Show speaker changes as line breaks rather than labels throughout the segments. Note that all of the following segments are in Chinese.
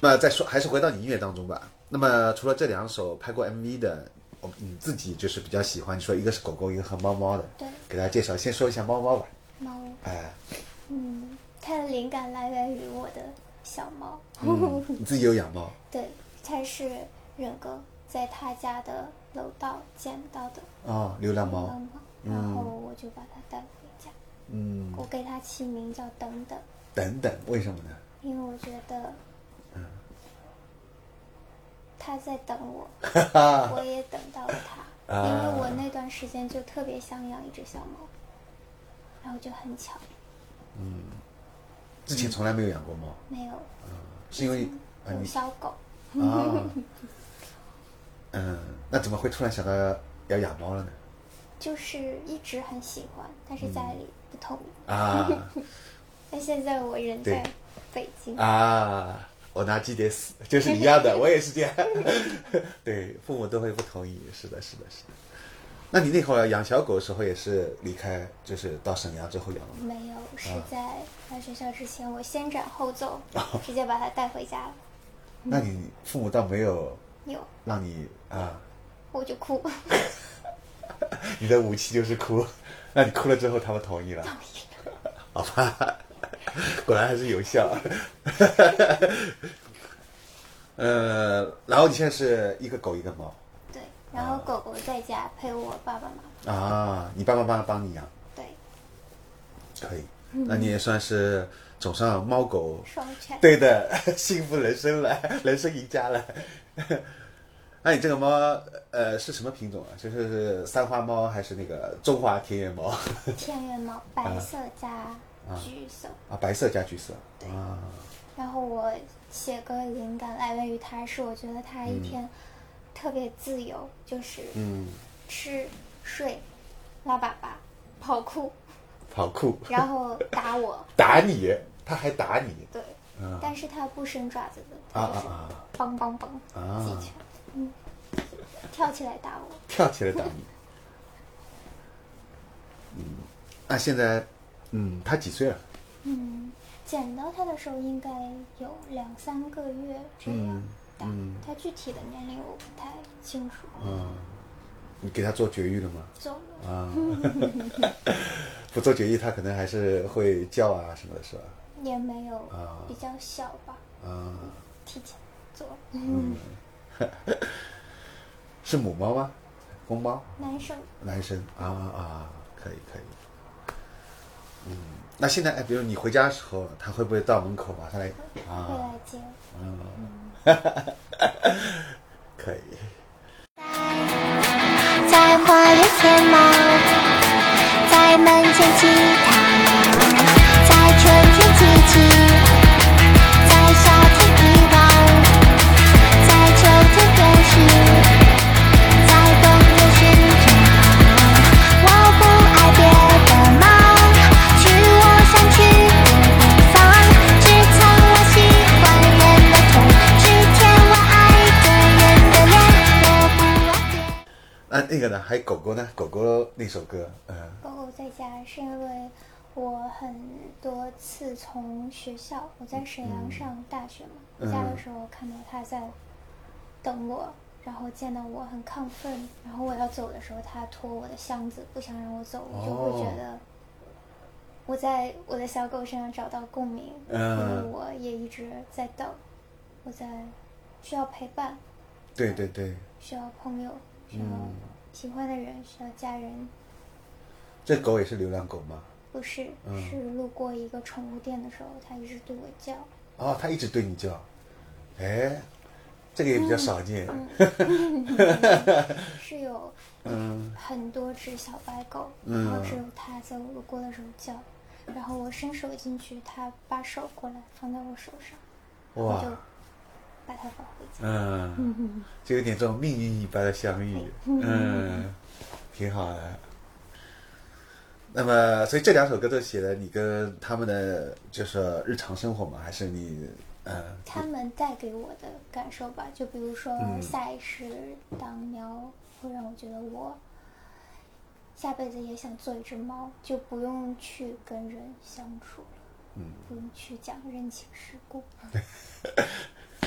么再说，还是回到你音乐当中吧。那么除了这两首拍过 MV 的，我你自己就是比较喜欢，你说一个是狗狗，一个和猫猫的，
对，
给大家介绍，先说一下猫猫吧。
猫，
哎、
嗯，它的灵感来源于我的小猫，
嗯你自己有养猫
对，它是忍哥在他家的楼道捡到的
啊、流浪
流
猫
浪，猫，然后我就把它带回家，
嗯，
我给它起名叫等等，
等等，为什么呢？
因为我觉得，
嗯
它在等 我，我也等到了它，
啊
因为我那段时间就特别想养一只小猫，然后就很巧，
之前从来没有养过猫，
没有
是因为啊
有
你
嗯小狗，
啊，嗯，那怎么会突然想到要养猫了呢？
就是一直很喜欢，但是家里不同意。
啊
但现在我人
对
在北京，
啊，我拿基得死，就是一样的，我也是这样。对，父母都会不同意，是的，是的，是的。那你那会儿养小狗的时候也是离开，就是到沈阳之后养了吗？
没有是在来学校之前，我先斩后奏，
啊
直接把它带回家了。
那你父母倒没有
有
让你啊，
我就哭，
你的武器就是哭。 那你哭了之后，他们同意了？好吧，果然还是有效。 呃，然后你现在是一个狗一个猫
对，然后狗狗在家陪我爸爸妈妈，
啊，你爸爸妈妈帮你养，
对，
可以。那你也算是走上猫狗
嗯双全。
对的， 幸福人生了， 人生赢家了。 那你这个猫，呃，是什么品种啊？就是三花猫还是那个中华田园猫
田园猫，白色加橘色。
啊？白色加橘色啊，
然后我写歌灵感来源于它，是我觉得它一天特别自由，就是
嗯，
吃、睡、拉粑粑、跑酷，
好酷，
然后打我。
打你，它还打你
对，
啊
但是它不伸爪子的，
啊
它就是
啊
梆梆梆
啊
几
啊！
拳，嗯，跳起来打我。
跳起来打 你。嗯，那现在，嗯，它几岁了？
嗯，捡到它的时候应该有两三个月这样
嗯
大，
嗯
它具体的年龄我不太清楚。
嗯，你给它做绝育了吗？
走了，
啊，不做绝育，它可能还是会叫啊什么的，是吧？
也没有
啊
比较小吧，
啊，
提前做了
嗯 是母猫吗？公猫？
男生
男生啊啊，可以可以。嗯，那现在哎，比如你回家的时候，它会不会到门口马上来啊？
会来接我。
可以。
在花园前忙，在门前乞讨，在春天气息，在夏天遗忘，在秋天丢失，在冬天寻找。我不爱别的猫，去我想去的地方，只曾我喜欢人的痛，只舔我爱的人的脸，我不爱别。
那那个呢？还有狗狗呢？狗狗那首歌，嗯
狗狗在家是因为我很多次从学校，我在沈阳上大学嘛，回家的时候看到它在等我，然后见到我很亢奋，然后我要走的时候，它拖我的箱子，不想让我走，我就会觉得我在我的小狗身上找到共鸣，
嗯
因为我也一直在等，我在需要陪伴，
对对对，
需要朋友，需要喜欢的人，需要家人，
这狗也是流浪狗吗？
不是，
嗯
是路过一个宠物店的时候，它一直对我叫。
哦，它一直对你叫，哎，这个也比较少见。
是有
嗯
很多只小白狗，然后只有它在我路过的时候叫，然后我伸手进去，它把手过来放在我手上，我
哇
就把它放回家。
嗯，就有点这种命运一般的相遇，嗯，挺好的。那么，所以这两首歌都写的你跟他们的就是日常生活嘛，还是你嗯
它们带给我的感受吧，就比如说下意识当喵，会让我觉得我下辈子也想做一只猫，就不用去跟人相处了，不用去讲人情世故。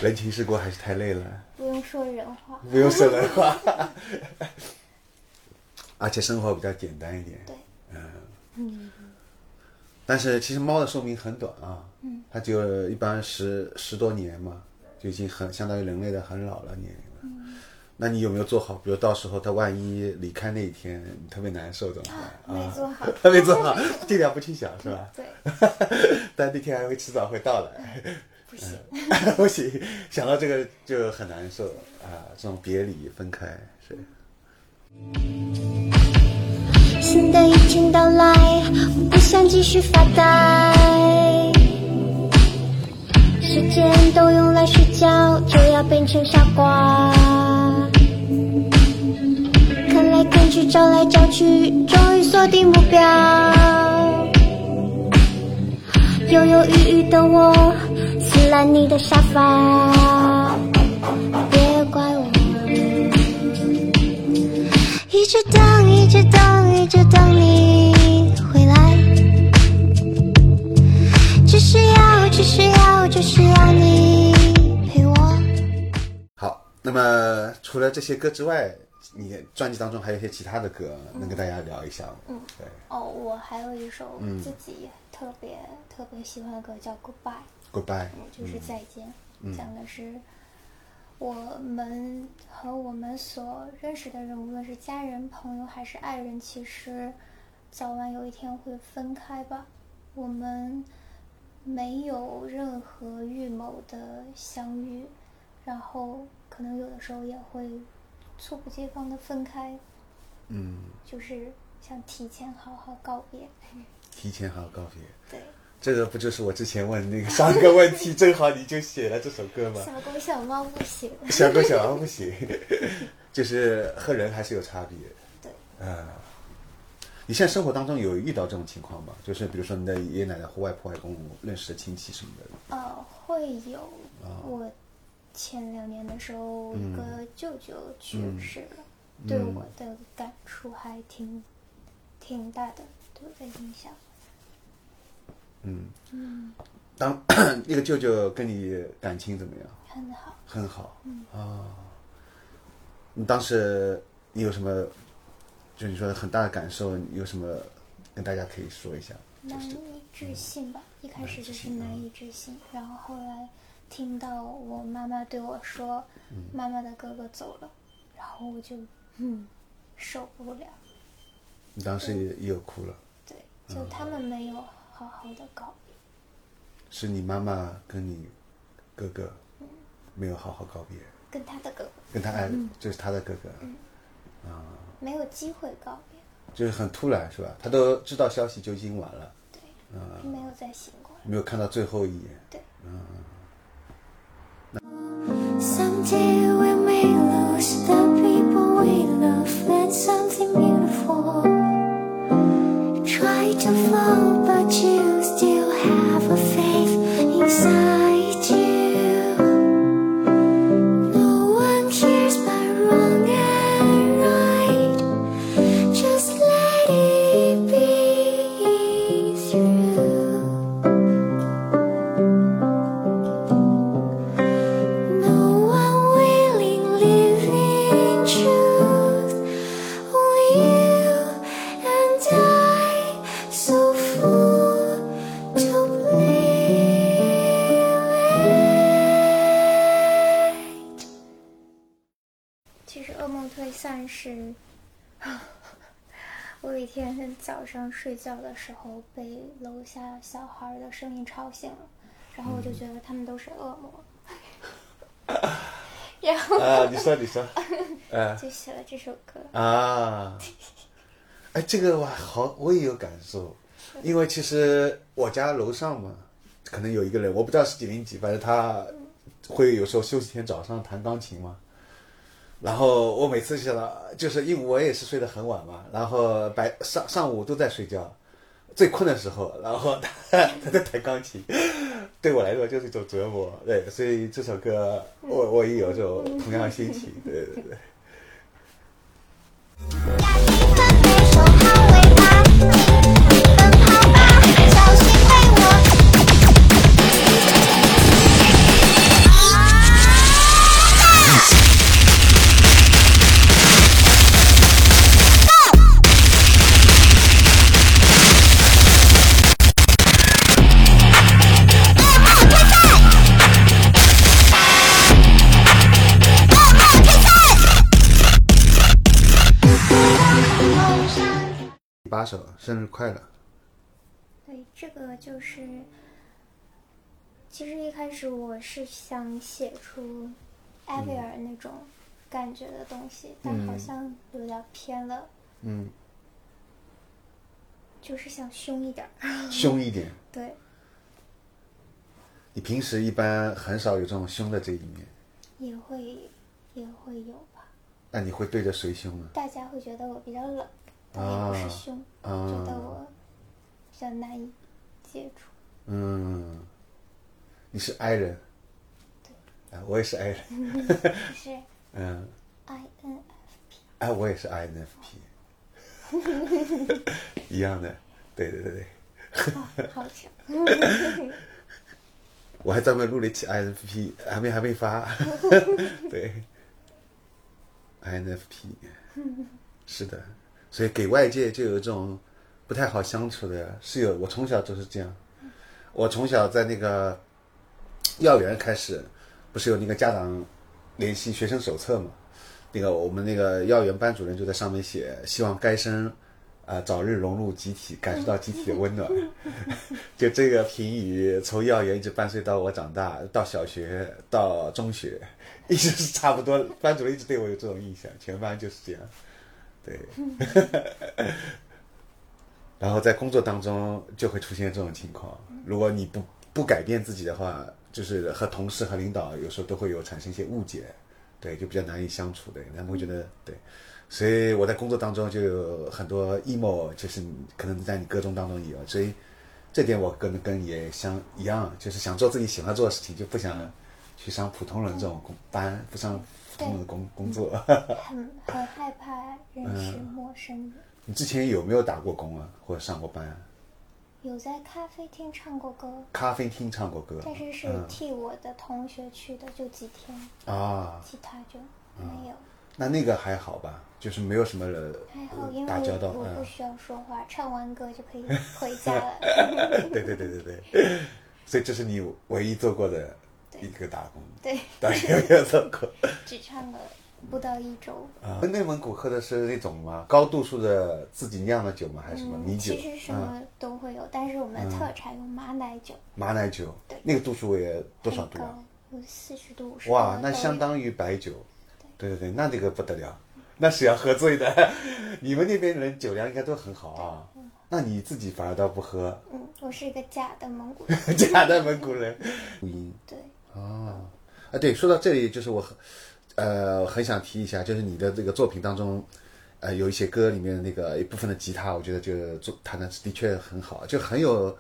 人情世故还是太累了。
不用说人话，
不用说人话， 而且生活比较简单一点。
对，
但是其实猫的寿命很短啊，
嗯
它只有一般十十多年嘛，就已经很相当于人类的很老了年龄
嗯
了。那你有没有做好？比如到时候它万一离开那一天，你特别难受怎么办？啊
没做好。
它没做好，尽量不去想是吧？
对，
但那天还会迟早会到来。
不行，
不行，想到这个就很难受啊！这种别离、分开是。
新的一天到来，我不想继续发呆。时间都用来睡觉，就要变成傻瓜。看来看去，找来找去，终于锁定目标。犹犹豫豫的我，撕烂你的沙发，别怪我。一直等，一直等，一直等你回来。只是要，只是要，只是要你陪我。
好，那么除了这些歌之外，你专辑当中还有一些其他的歌，能跟大家聊一下吗？嗯，对，
哦，我还有一首自己特别、特别喜欢的歌叫《Goodbye》。
Goodbye，
就是再见，讲的是我们和我们所认识的人，无论是家人、朋友还是爱人，其实早晚有一天会分开吧。我们没有任何预谋的相遇，然后可能有的时候也会猝不及防的分开，
嗯，
就是想提前好好告别。
提前好好告别。
对，
这个不就是我之前问那个上一个问题，正好你就写了这首歌吗？
小狗小猫不行。
小狗小猫不行， 就是和人还是有差别。 呃
对，
你现在生活当中有遇到这种情况吗？就是比如说你的爷爷奶奶或外婆外公认识的亲戚什么的。
呃，会有。我前两年的时候，一个舅舅去世了，对我的感触还挺挺大的，对我的影响。
当 那个舅舅跟你感情怎么样？
很好，
很好。啊、你当时你有什么？就你说的很大的感受，你有什么跟大家可以说一下？
难以置信吧？一开始就是难以置信，然后后来听到我妈妈对我说，妈妈的哥哥走了，然后我就嗯受不了，
你当时也也有哭了，
对，就他们没有好好的告别。
是你妈妈跟你哥哥没有好好告别，
跟他的哥哥
跟他爱、就是他的哥哥，
没有机会告别，
就是很突然是吧？他都知道消息就已经晚了，
对，没有再醒过来，
没有看到最后一眼。
对。
Someday we may lose the people we love. That's something beautiful. Try to fall, but you still have a faith inside you. No one cares but wrong and right. Just let it be through. No one willing living truth Only you and I so full to believe
其实噩梦退散是， 我有一天早上睡觉的时候被楼下小孩的声音吵醒了，然后我就觉得他们都是恶魔，然 后
啊，你说你说，呃
就写了这首歌。
啊， 哎，这个我好，我也有感受，因为其实我家楼上嘛，可能有一个人，我不知道是几零几，反正他会有时候休息天早上弹钢琴嘛。然后我每次想到，就是因为我也是睡得很晚嘛，然后白上上午都在睡觉，最困的时候，然后他 他在弹钢琴，对我来说就是一种折磨。对，所以这首歌我我也有这种同样的心情。对对对。
要勤奋背手好尾巴，你奔跑吧，小心被我。
八首生日快乐，
对，这个就是，其实一开始我是想写出艾薇儿那种感觉的东西，但好
嗯
像有点偏了，
嗯，
就是想凶一点儿。
凶一点。
对，
你平时一般很少有这种凶的这一面，
也会也会有吧。
那你会对着谁凶呢？
大家会觉得我比较冷，但也不是凶，觉得
啊，
我比较难以接触。
嗯，你是 I 人，啊，我也是 I 人，
就是
嗯，
I N
哎，我也是 INFP，一 样的，对对对对，
F，好巧。
我还专门录了一期 INFP，还没还没发，对，INFP，是的，所以给外界就有一种不太好相处的，是有我从小就是这样，我从小在那个幼儿园开始，不是有那个家长联系学生手册嘛，那个我们那个幼儿园班主任就在上面写，希望该生啊、早日融入集体，感受到集体的温暖。就这个评语，从幼儿园一直伴随到我长大，到小学，到中学， 一直是差不多。班主任一直对我有这种印象，全班就是这样。对， 然后在工作当中就会出现这种情况。如果你不不改变自己的话，就是和同事和领导有时候都会有产生一些误解，对，就比较难以相处的。他们会觉得对，所以我在工作当中就有很多 emo，就是你可能在你歌中当中也有，所以这点我跟跟也相一样，就是想做自己喜欢做的事情，就不想去上普通人这种工班，不上普通人的工工作。
很很害怕认识
嗯
陌生人。
你之前有没有打过工啊，或者上过班啊？
有在咖啡厅唱过歌，
咖啡厅唱过歌，啊嗯
但是是替我的同学去的，就几天，
啊，
其他就没有。
那那个还好吧，就是没有什么人
还好，因为
打交道，
我不
嗯，
需要说话，唱完歌就 可以回家了。
对对对对对，所以这是你唯一做过的一个打工，
对，
当然也没有做过。
只唱了不到一周。
啊，内蒙古喝的是那种吗？高度数的自己酿的酒吗？啊还是什么米
嗯，
酒
其实？什
嗯，
么都会有，但是我们的特产有马奶酒，
马奶酒
对，
那个度数也多少
很
度啊
高？，有四十度、五十度
哇，
的
那
都
相
有
当于白酒。对对对，那这个不得了，那是要喝醉的。 你们那边人酒量应该都很好啊，那你自己反而倒不喝，
嗯，我是一个假的蒙古人，
假的蒙古人。录音
对，
哦，啊，对，说到这里，就是我很，呃，很想提一下，就是你的这个作品当中，呃，有一些歌里面那个一部分的吉他，我觉得就做弹的的确很好，就很有，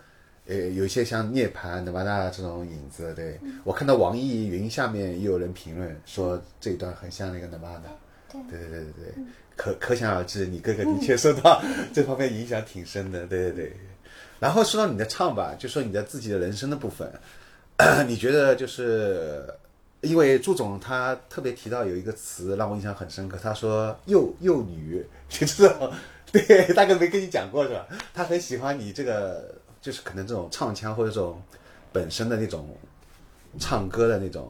呃，有一些像涅槃、德玛纳这种影子。对、我看到网易云下面也有人评论说这一段很像那个德玛纳。
对
对对对对对，可可想而知，你哥哥的确受到 这方面影响挺深的。对对对。然后说到你的唱吧，就说你的自己的人生的部分， 你觉得就是因为朱总他特别提到有一个词让我印象很深刻，他说幼幼女， 就这种，对，大概没跟你讲过是吧？他很喜欢你这个，就是可能这种唱腔或者这种本身的那种唱歌的那种。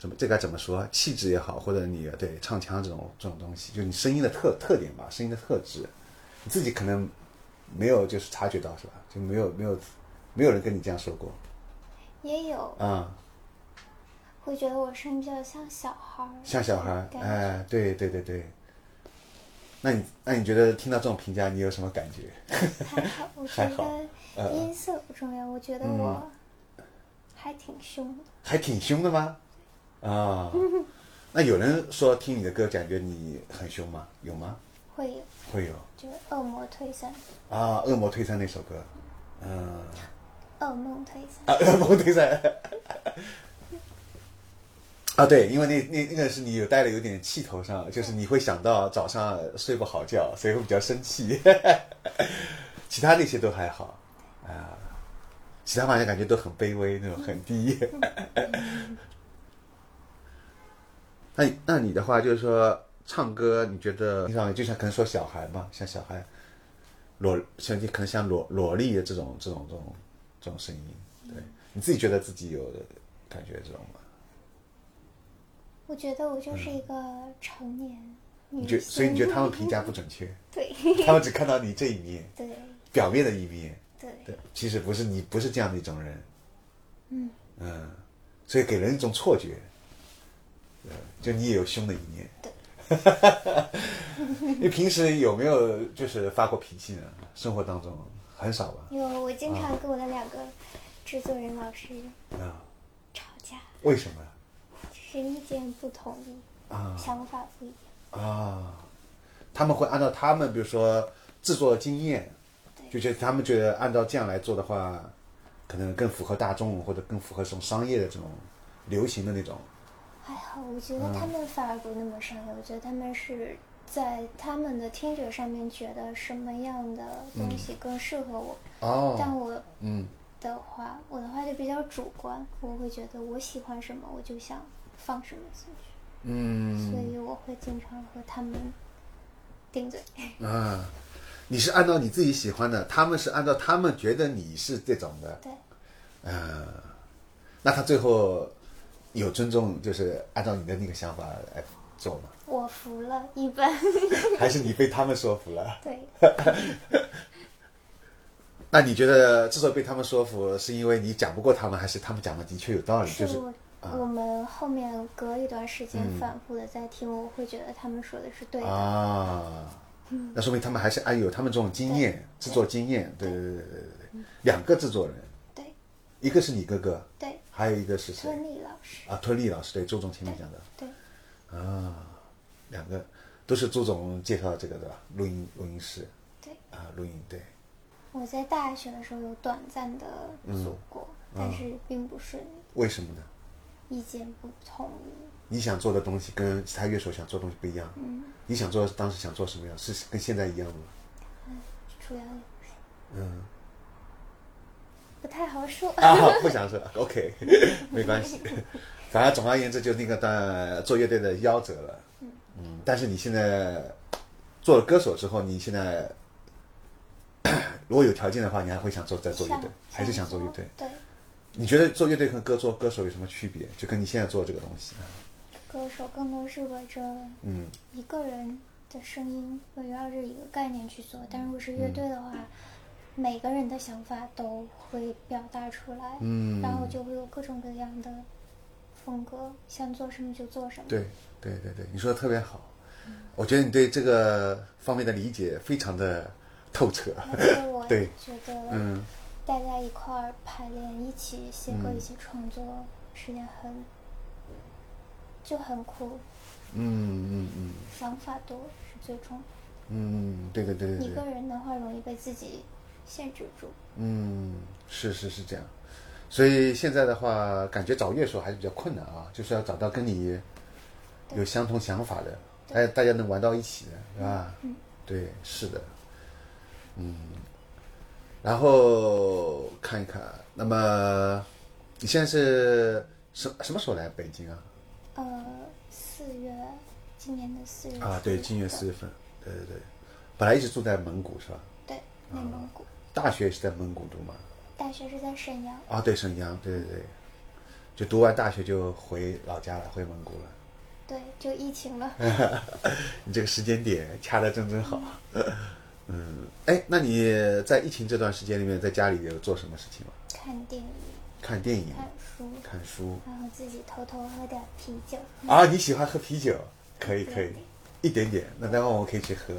怎么这该怎么说？气质也好，或者你对唱腔这种这种东西，就你声音的特特点吧，声音的特质，你自己可能没有就是察觉到是吧？就没有没有没有人跟你这样说过
也有
啊、
会觉得我声音比较像小孩儿，
像小孩儿，
对
哎，对对对对。那你那你觉得听到这种评价，你有什么感觉？
还好，我觉
还好嗯
得音色不重要，我觉得我还挺凶的，
还挺凶的吗？啊、那有人说听你的歌感觉你很凶吗？有吗？
会有
会有
就是恶魔退散，
啊，《恶魔退散》那首歌，嗯、
噩梦退散，
啊， 恶魔退散。啊，对，因为那那那个是你有带了有点气头上，就是你会想到早上睡不好觉，所以会比较生气。 其他那些都还好，啊，其他好像感觉都很卑微，那种很低。 那你那你的话就是说唱歌，你觉得听上来就像可能说小孩嘛，像小孩裸，像可能像萝萝莉的这种这种这种这种声音，对你自己觉得自己有感觉这种吗？
我觉得我就是一个成年
你
女
觉所以
性，
你觉得他们评价不准确？
对，
他们只看到你这一面，
对
表面的一面。
对
对，其实不是你不是这样的一种人。嗯所以给人一种错觉，对，就你也有凶的一面。对， 你平时有没有就是发过脾气呢？生活当中很少吧？
因为我经常跟我的两个制作人老师
啊，
吵架，
为什么呀？
就是意见不统一，想法不一样。
啊，他们会按照他们比如说制作的经验，就觉得他们觉得按照这样来做的话，可能更符合大众或者更符合这种商业的这种流行的那种。
还好，哎我觉
啊
得他们反而不那么商业，我觉得他们是在他们的听觉上面觉得什么样的东西更适合我，但
嗯哦，
我
嗯，
的话，我的话就比较主观，我会觉得我喜欢什么，我就想放什么进去，
嗯，
所以我会经常和他们顶嘴。
啊，你是按照你自己喜欢的，他们是按照他们觉得你是这种的，呃
对，
那他最后有尊重，就是按照你的那个想法来做吗？
我服了，一般。
还是你被他们说服了？
对，
那你觉得之所以被他们说服，是因为你讲不过他们，还是他们讲的的确有道理？就是啊嗯
我。我们后面隔一段时间反复的在听，我会觉得他们说的是对的。
啊，那说明他们还是哎有他们这种经验，制作经验。对对对对对对对，两个制作人，
对
一个是你哥哥，
对，
还有一个是谁
春丽老师，
啊？托利老师，对，周总前面讲的，啊
对
两个都是周总介绍这个对吧？录音录音室
对。
啊，录音对，
我在大学的时候有短暂的组过，
嗯
但是并不顺利，
为什么呢？
意见不统一。
你想做的东西跟其他乐手想做的东西不一样。你想做当时想做什么样？是跟现在一样吗？
主要也不是，嗯，不太好说。
啊，不想说，OK，没 关系。反正总而言之，就那个当做乐队的夭折了。嗯，但是你现在做了歌手之后，你现在如果有条件的话，你还会想做再做乐 队，还是想做乐队？
对，
你觉得做乐队和歌做歌手有什么区别？就跟你现在做这个东西，啊
歌手更多是围着
嗯
一个人的声音，围绕着一个概念去
嗯
做。但如果是乐队的话，每个人的想法都会表达出来，
嗯
然后就会有各种各样的风格，想做什么就做什么。
对，对对对，你说的特别好。我觉得你对这个方面的理解非常的透彻。
而且我
对
觉得，
嗯，
大家一块儿排练，一起写歌，一起创作，是件很就很酷，
嗯嗯嗯
想法多是最重要。
嗯，对对对对对。
一个人的话，容易被自己限制住。
嗯，是是是这样，所以现在的话，感觉找乐手还是比较困难啊，就是要找到跟你有相同想法的，大家大家能玩到一起的，是吧？嗯，对，是的，嗯，然后看一看，那么你现在是什什么时候来北京啊？
呃，四月，今年的四月
啊，对，
初
今月
的
四月份，对对对，本来一直住在蒙古是吧？
对，内蒙古
大学也是在蒙古读吗？
大学是在沈阳，
啊，对，沈阳，对对对，就读完大学就回老家了，回蒙古了。
对，就疫情了。
哎 你这个时间点掐得真真好。嗯，哎，那你在疫情这段时间里面，在家里有做什么事情吗？
看电影、
看电影、
看书，
看书
然后自己偷偷喝点啤酒。
啊？你喜欢喝啤酒？可以可以
对，
一点点。那待会我们可以去喝。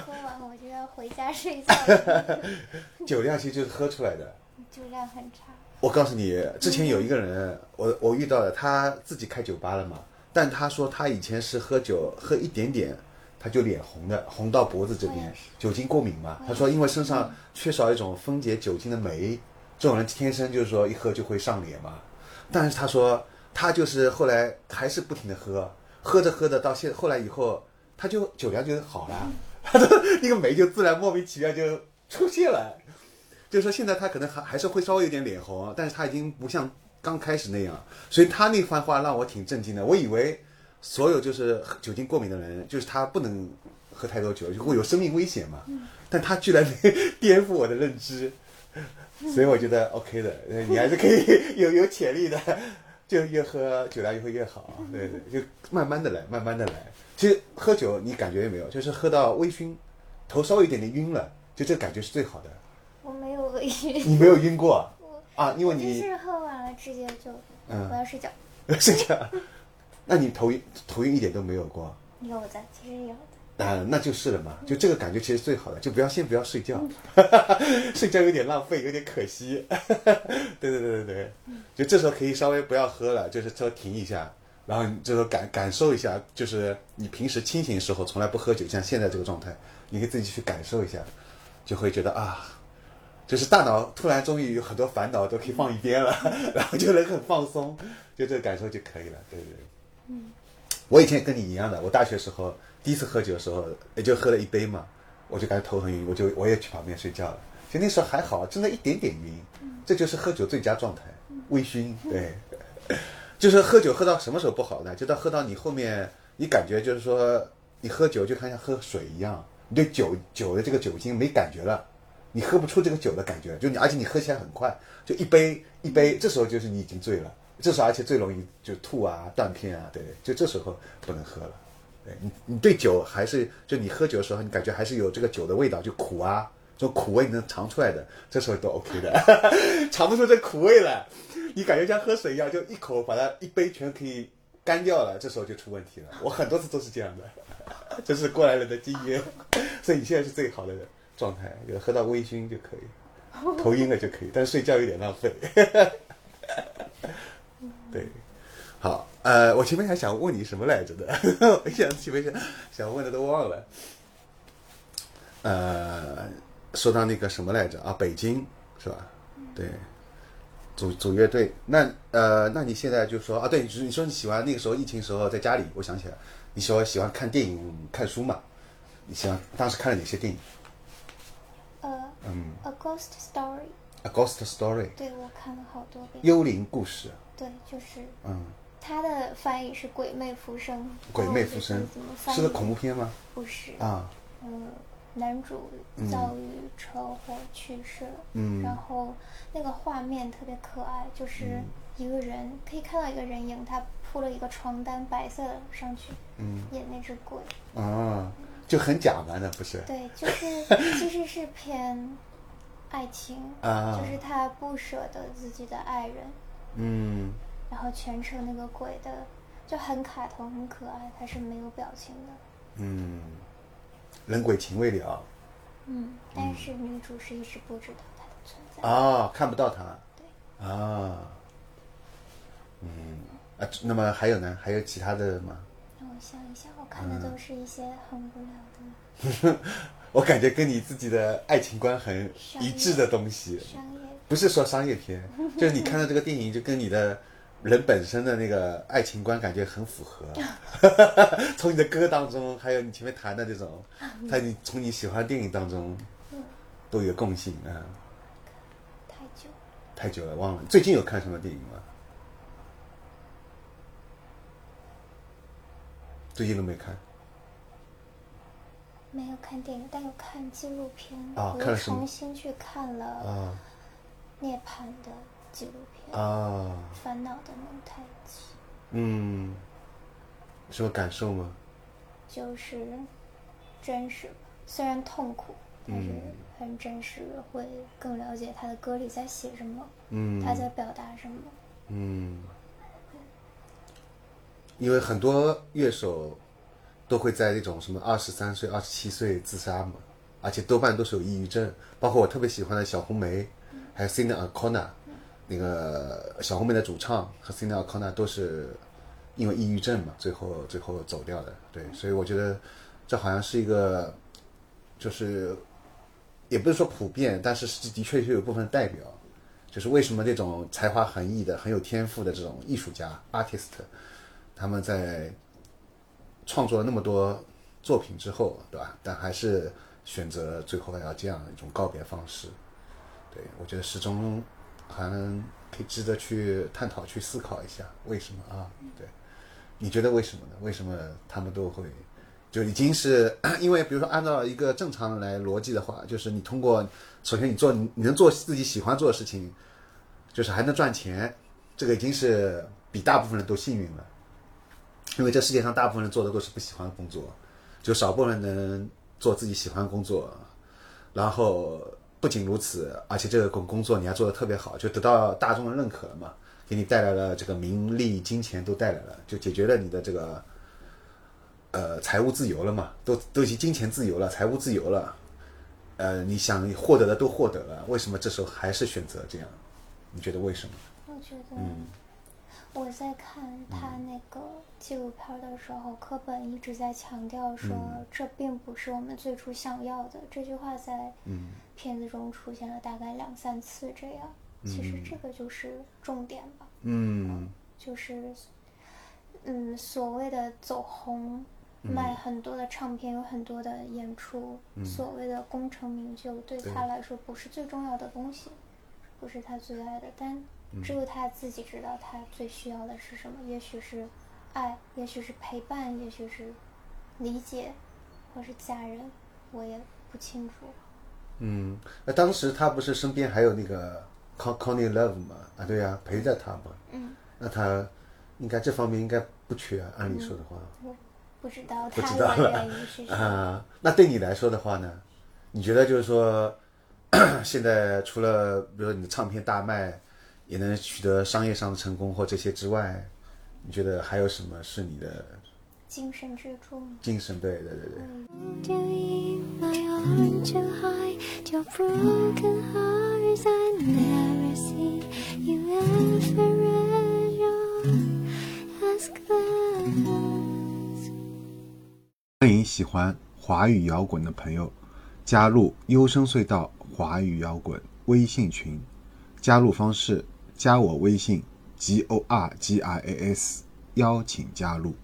喝完我就要回家睡觉了，
酒量其实就是喝出来的。
酒量很差。
我告诉你，之前有一个人，我我遇到了，他自己开酒吧了嘛，但他说他以前是喝酒喝一点点，他就脸红的，红到脖子这
我
边
也是，
酒精过敏嘛。他说因为身上缺少一种分解酒精的酶，这种人天生就是说一喝就会上脸嘛。但是他说他就是后来还是不停的喝，喝着喝着到现后来以后，他就酒量就好了， 他的那个酶就自然莫名其妙就出现了。就是说现在他可能还还是会稍微有点脸红，啊但是他已经不像刚开始那样，所以他那番话让我挺震惊的。我以为所有就是酒精过敏的人，就是他不能喝太多酒，就会有生命危险嘛。但他居然 颠覆我的认知，所以我觉得 OK 的，呃你还是可以 有有啊潜力的，就越喝酒量越会越好。对对，就慢慢的来，慢慢的来。其实喝酒你感觉有没有？就是喝到微醺，头稍微有点点晕了，就这个感觉是最好的。
我没有恶意，
你没有晕过
我
啊？因为
我 就
你
是喝完了直接就
嗯
我要睡觉。
是这样，那你头晕头晕一点都没有过，
有的，其实有的，
啊，那就是了嘛。就这个感觉其实最好的，就不要先不要睡觉， 睡觉有点浪费，有点可惜。 对对对对对，就这时候可以稍微不要喝了，就是稍微停一下，然后你这时候感感受一下，就是你平时清醒的时候从来不喝酒，像现在这个状态，你可以自己去感受一下，就会觉得啊。就是大脑突然终于有很多烦恼都可以放一边了， 然后就能很放松，就这个感受就可以了，对对对。我以前也跟你一样的，我大学时候第一次喝酒的时候，也就喝了一杯嘛，我就感觉头很晕，我就我也去旁边睡觉了。其实那时候还好，啊真的一点点晕，这就是喝酒最佳状态，微醺。对，就是喝酒喝到什么时候不好呢？就到喝到你后面，你感觉就是说，你喝酒就看像喝水一样，你对酒酒的这个酒精没感觉了。你喝不出这个酒的感觉，就你，而且你喝起来很快，就一杯一杯，这时候就是你已经醉了，这时候而且最容易就吐啊、断片啊，对，就这时候不能喝了。对你，你对酒还是就你喝酒的时候，你感觉还是有这个酒的味道，就苦啊，这种苦味你能尝出来的，这时候都 OK 的， 尝不出这苦味来，你感觉像喝水一样，就一口把它一杯全可以干掉了，这时候就出问题了。我很多次都是这样的。 这是过来人的经验，所以你现在是最好的状态，就是喝到微醺就可以，头晕了就可以，但是睡觉有点浪费。 对，好，呃，我前面还想问你什么来着的， 我想前面想想问的都忘了。呃，说到那个什么来着啊，北京是吧？对，组组乐队。那呃，那你现在就说啊，对，你说你喜欢那个时候疫情时候在家里，我想起来，你说喜欢看电影、看书嘛？你喜欢当时看了哪些电影？
呃，
嗯，
《A Ghost
《
Story》，
A Ghost Story》
对我看了好多遍。
幽灵故事，
对，就是
嗯，
它的翻译是“鬼魅浮生”，
鬼
但
魅
我不
附
知道
身
怎么，翻
是个
译
恐怖片吗？
不是，
啊，
嗯，男主遭遇车祸去世了，
嗯
然后那个画面特别可爱，就是
嗯
一个人、可以看到一个人影，他铺了一个床单，白色的上去，
嗯，
演那只鬼，
啊，就很假嘛，那不是？
对，就是 其实是偏爱情，
啊
就是他不舍得自己的爱人，
嗯，
然后全程那个鬼的就很卡通，很可爱，他是没有表情的，
嗯，人鬼情未了
嗯，但是女主是一直不知道他的存在，
啊，看不到他
对。
啊，嗯啊，那么还有呢？还有其他的吗？
让我想一下，我看
嗯
的都是一些很无聊的
我感觉跟你自己的爱情观很一致的东西，
商业，
不是说商业片，就是你看到这个电影，就跟你的人本身的那个爱情观感觉很符合。 从你的歌当中，还有你前面谈的这种，在你从你喜欢的电影当中，都有共性啊、
太久了。
太久了，忘了。最近有看什么电影吗？最近都没看
没有看电影，但有看纪录片。
啊
我
看
又
了什么
重新去看了
啊
涅槃的纪录片《
啊，
烦恼的蒙太奇
嗯，什么感受吗？》，
就是真实吧，虽然痛苦，但是
嗯
很真实，会更了解他的歌里在写什么，
嗯，
他在表达什么。
嗯，因为很多乐手都会在那种什么二十三岁、二十七岁自杀嘛，而且多半都是有抑郁症，包括我特别喜欢的小红梅，还有 Cina Arcona，那个小红梅的主唱和 Cina Arcona 都是因为抑郁症嘛，最后最后走掉的。对，所以我觉得这好像是一个，就是也不是说普遍，但是是的确是有部分代表。就是为什么这种才华横溢的、很有天赋的这种艺术家 artist，他们在创作了那么多作品之后，对吧？但还是选择最后要这样一种告别方式。对我觉得始终还可以值得去探讨、去思考一下为什么啊？对，你觉得为什么呢？为什么他们都会？就已经是因为，比如说按照一个正常人来逻辑的话，就是你通过首先你做你能做自己喜欢做的事情，就是还能赚钱，这个已经是比大部分人都幸运了。因为这世界上大部分人做的都是不喜欢的工作，就少部分人做自己喜欢的工作。然后不仅如此，而且这个工工作你还做得特别好，就得到大众的认可了嘛，给你带来了这个名利、金钱都带来了，就解决了你的这个呃财务自由了嘛，都都已经金钱自由了，财务自由了，呃，你想获得的都获得了，为什么这时候还是选择这样？你觉得为什么？
我觉得我在看他那个纪录片的时候，课本一直在强调说，这并不是我们最初想要的。这句话在片子中出现了大概两三次，这样。其实这个就是重点吧，
嗯
就是，嗯，所谓的走红，
嗯
卖很多的唱片，有很多的演出，所谓的功成名就，对他来说不是最重要的东西。不是他最爱的，但
嗯
只有他自己知道他最需要的是什么。也许是爱，也许是陪伴，也许是理解，或是家人，我也不清楚。
嗯，那当时他不是身边还有那个 Con Connie Love 嘛？啊，对呀、陪着他嘛。
嗯，
那他应该这方面应该不缺啊，按理说的话。
我不知道
不
他
知道
的
了
原因嗯是什 么。
啊。那对你来说的话呢？你觉得就是说， 现在除了比如说你的唱片大卖，也能取得商业上的成功或这些之外，你觉得还有什么是你的
精神支柱吗？
精神？对对对对，
Doing my own to hide your broken hearts. I never see you ever at all. As glass.
欢迎喜欢华语摇滚的朋友加入优声隧道华语摇滚微信群，加入方式：加我微信 g o r g i a s，邀请加入。